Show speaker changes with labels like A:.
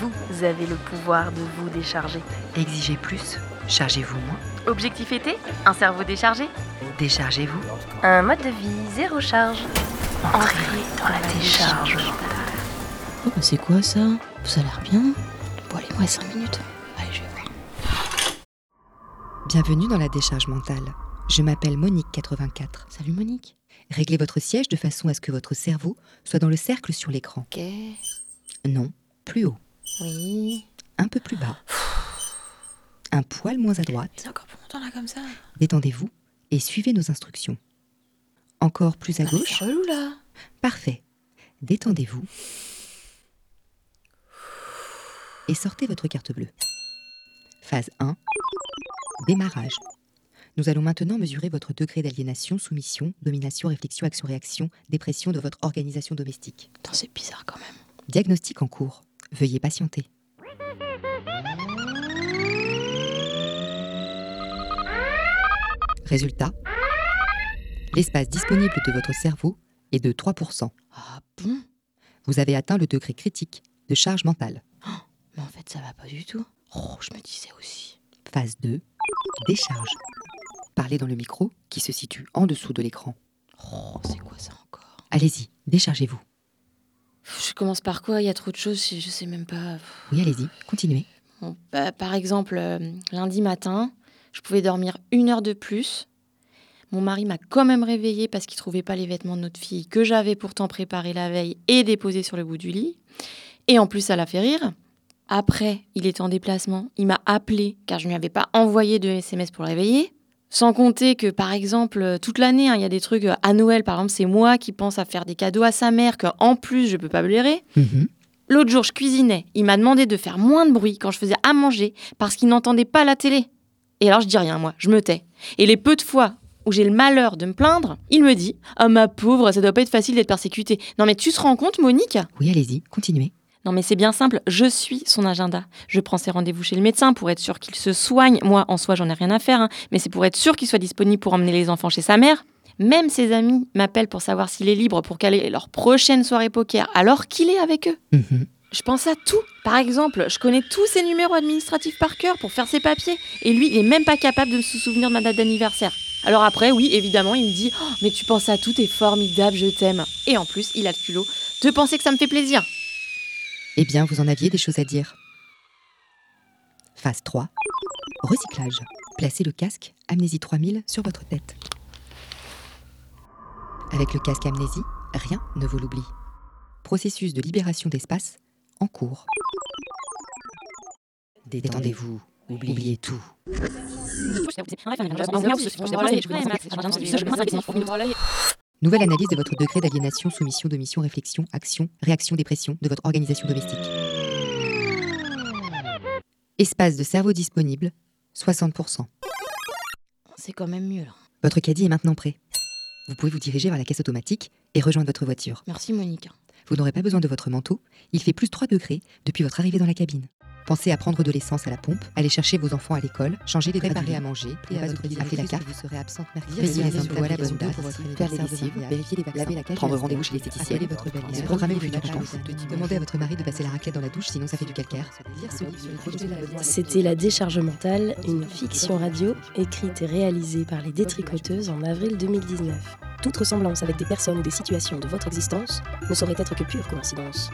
A: vous avez le pouvoir de vous décharger.
B: Exigez plus, chargez-vous moins,
A: Objectif été Un cerveau déchargé
B: déchargez-vous.
A: Un mode de vie zéro charge. Entrez dans la décharge.
C: Oh, mais c'est quoi ça Ça a l'air bien. Bon, allez, moi 5 minutes. Allez, je vais voir.
B: Bienvenue dans la décharge mentale. Je m'appelle Monique84.
C: Salut Monique.
B: Réglez votre siège de façon à ce que votre cerveau soit dans le cercle sur l'écran.
C: Ok.
B: Non, plus haut,
C: Oui.
B: un peu plus bas. Un poil moins à droite.
C: C'est encore pour longtemps là comme ça.
B: Détendez-vous et suivez nos instructions. Encore plus à
C: Ah, mais
B: gauche.
C: C'est relou là.
B: Parfait. Détendez-vous. Et sortez votre carte bleue. Phase 1. Démarrage. Nous allons maintenant mesurer votre degré d'aliénation, soumission, domination, réflexion, action, réaction, dépression de votre organisation domestique.
C: Putain, c'est bizarre quand même.
B: Diagnostic en cours. Veuillez patienter. Résultat. L'espace disponible de votre cerveau est de 3%.
C: Ah bon
B: vous avez atteint le degré critique de charge mentale.
C: Mais en fait, ça va pas du tout. Oh, je me disais aussi.
B: Phase 2, décharge. Parlez dans le micro qui se situe en dessous de l'écran.
C: Oh, c'est quoi ça encore
B: Allez-y, déchargez-vous.
C: Pff, Je commence par quoi Il y a trop de choses, je je sais même pas. Pff,
B: Oui, allez-y, continuez.
C: bon, bah, par exemple, euh, lundi matin, je pouvais dormir une heure de plus. Mon mari m'a quand même réveillée parce qu'il trouvait pas les vêtements de notre fille que j'avais pourtant préparés la veille et déposés sur le bout du lit. Et en plus, ça l'a fait rire. Après, il était en déplacement. Il m'a appelé car je ne lui avais pas envoyé de SMS pour le réveiller. Sans compter que, par exemple, euh, toute l'année, hein, il y a des trucs euh, à Noël, par exemple, c'est moi qui pense à faire des cadeaux à sa mère, qu'en plus, je peux pas blairer.
B: Mhm.
C: L'autre jour, je cuisinais. Il m'a demandé de faire moins de bruit quand je faisais à manger parce qu'il n'entendait pas la télé. Et alors, je dis rien, moi, je me tais. Et les peu de fois où j'ai le malheur de me plaindre, il me dit Ah, ma pauvre, ça doit pas être facile d'être persécutée. Non, mais tu te rends compte, Monique
B: Oui, allez-y, continuez.
C: Non, mais c'est bien simple, je suis son agenda. Je prends ses rendez-vous chez le médecin pour être sûr qu'il se soigne. Moi, en soi, j'en ai rien à faire, hein, mais c'est pour être sûr qu'il soit disponible pour emmener les enfants chez sa mère. Même ses amis m'appellent pour savoir s'il est libre pour caler leur prochaine soirée poker alors qu'il est avec eux.
B: Mhm.
C: Je pense à tout. Par exemple, je connais tous ses numéros administratifs par cœur pour faire ses papiers. Et lui, il est même pas capable de se souvenir de ma date d'anniversaire. Alors après, oui, évidemment, il me dit Oh, Mais tu penses à tout, t'es formidable, je t'aime. Et en plus, il a le culot de penser que ça me fait plaisir.
B: Eh bien, vous en aviez des choses à dire. Phase 3, recyclage. Placez le casque Amnésie 3000 sur votre tête. Avec le casque Amnésie, rien ne vaut l'oubli. Processus de libération d'espace en cours. Détendez-vous, oubliez tout. Nouvelle analyse de votre degré d'aliénation, soumission, domission, réflexion, action, réaction, dépression de votre organisation domestique. Espace de cerveau disponible, 60%.
C: C'est quand même mieux là.
B: Votre caddie est maintenant prêt. Vous pouvez vous diriger vers la caisse automatique et rejoindre votre voiture.
C: Merci Monique.
B: Vous n'aurez pas besoin de votre manteau, il fait plus 3 degrés depuis votre arrivée dans la cabine. Pensez à prendre de l'essence à la pompe, aller chercher vos enfants à l'école, changer les préparer à manger,
D: et à votre
B: appeler la carte,
D: vous serez absente mercredi.
B: payer les impôts à la bonne
D: Application
B: date,
D: pour votre
B: faire les
D: anniversaire de
B: lessives,
D: mariage.
B: vérifier les
D: Laver
B: vaccins,
D: la cage
B: prendre
D: à la
B: rendez-vous chez
D: semaine,
B: l'esthéticienne,
D: appeler votre belle-mère,
B: se programmer le
D: programmer
B: futur
D: le
B: enfant,
D: futur enfant,
B: demander à votre mari de passer la raclette dans la douche sinon ça fait du calcaire,
D: Lire ce livre, rejeter la bonne
E: C'était La Décharge mentale, une fiction radio écrite et réalisée par les détricoteuses en avril 2019. Toute ressemblance avec des personnes ou des situations de votre existence ne saurait être que pure coïncidence.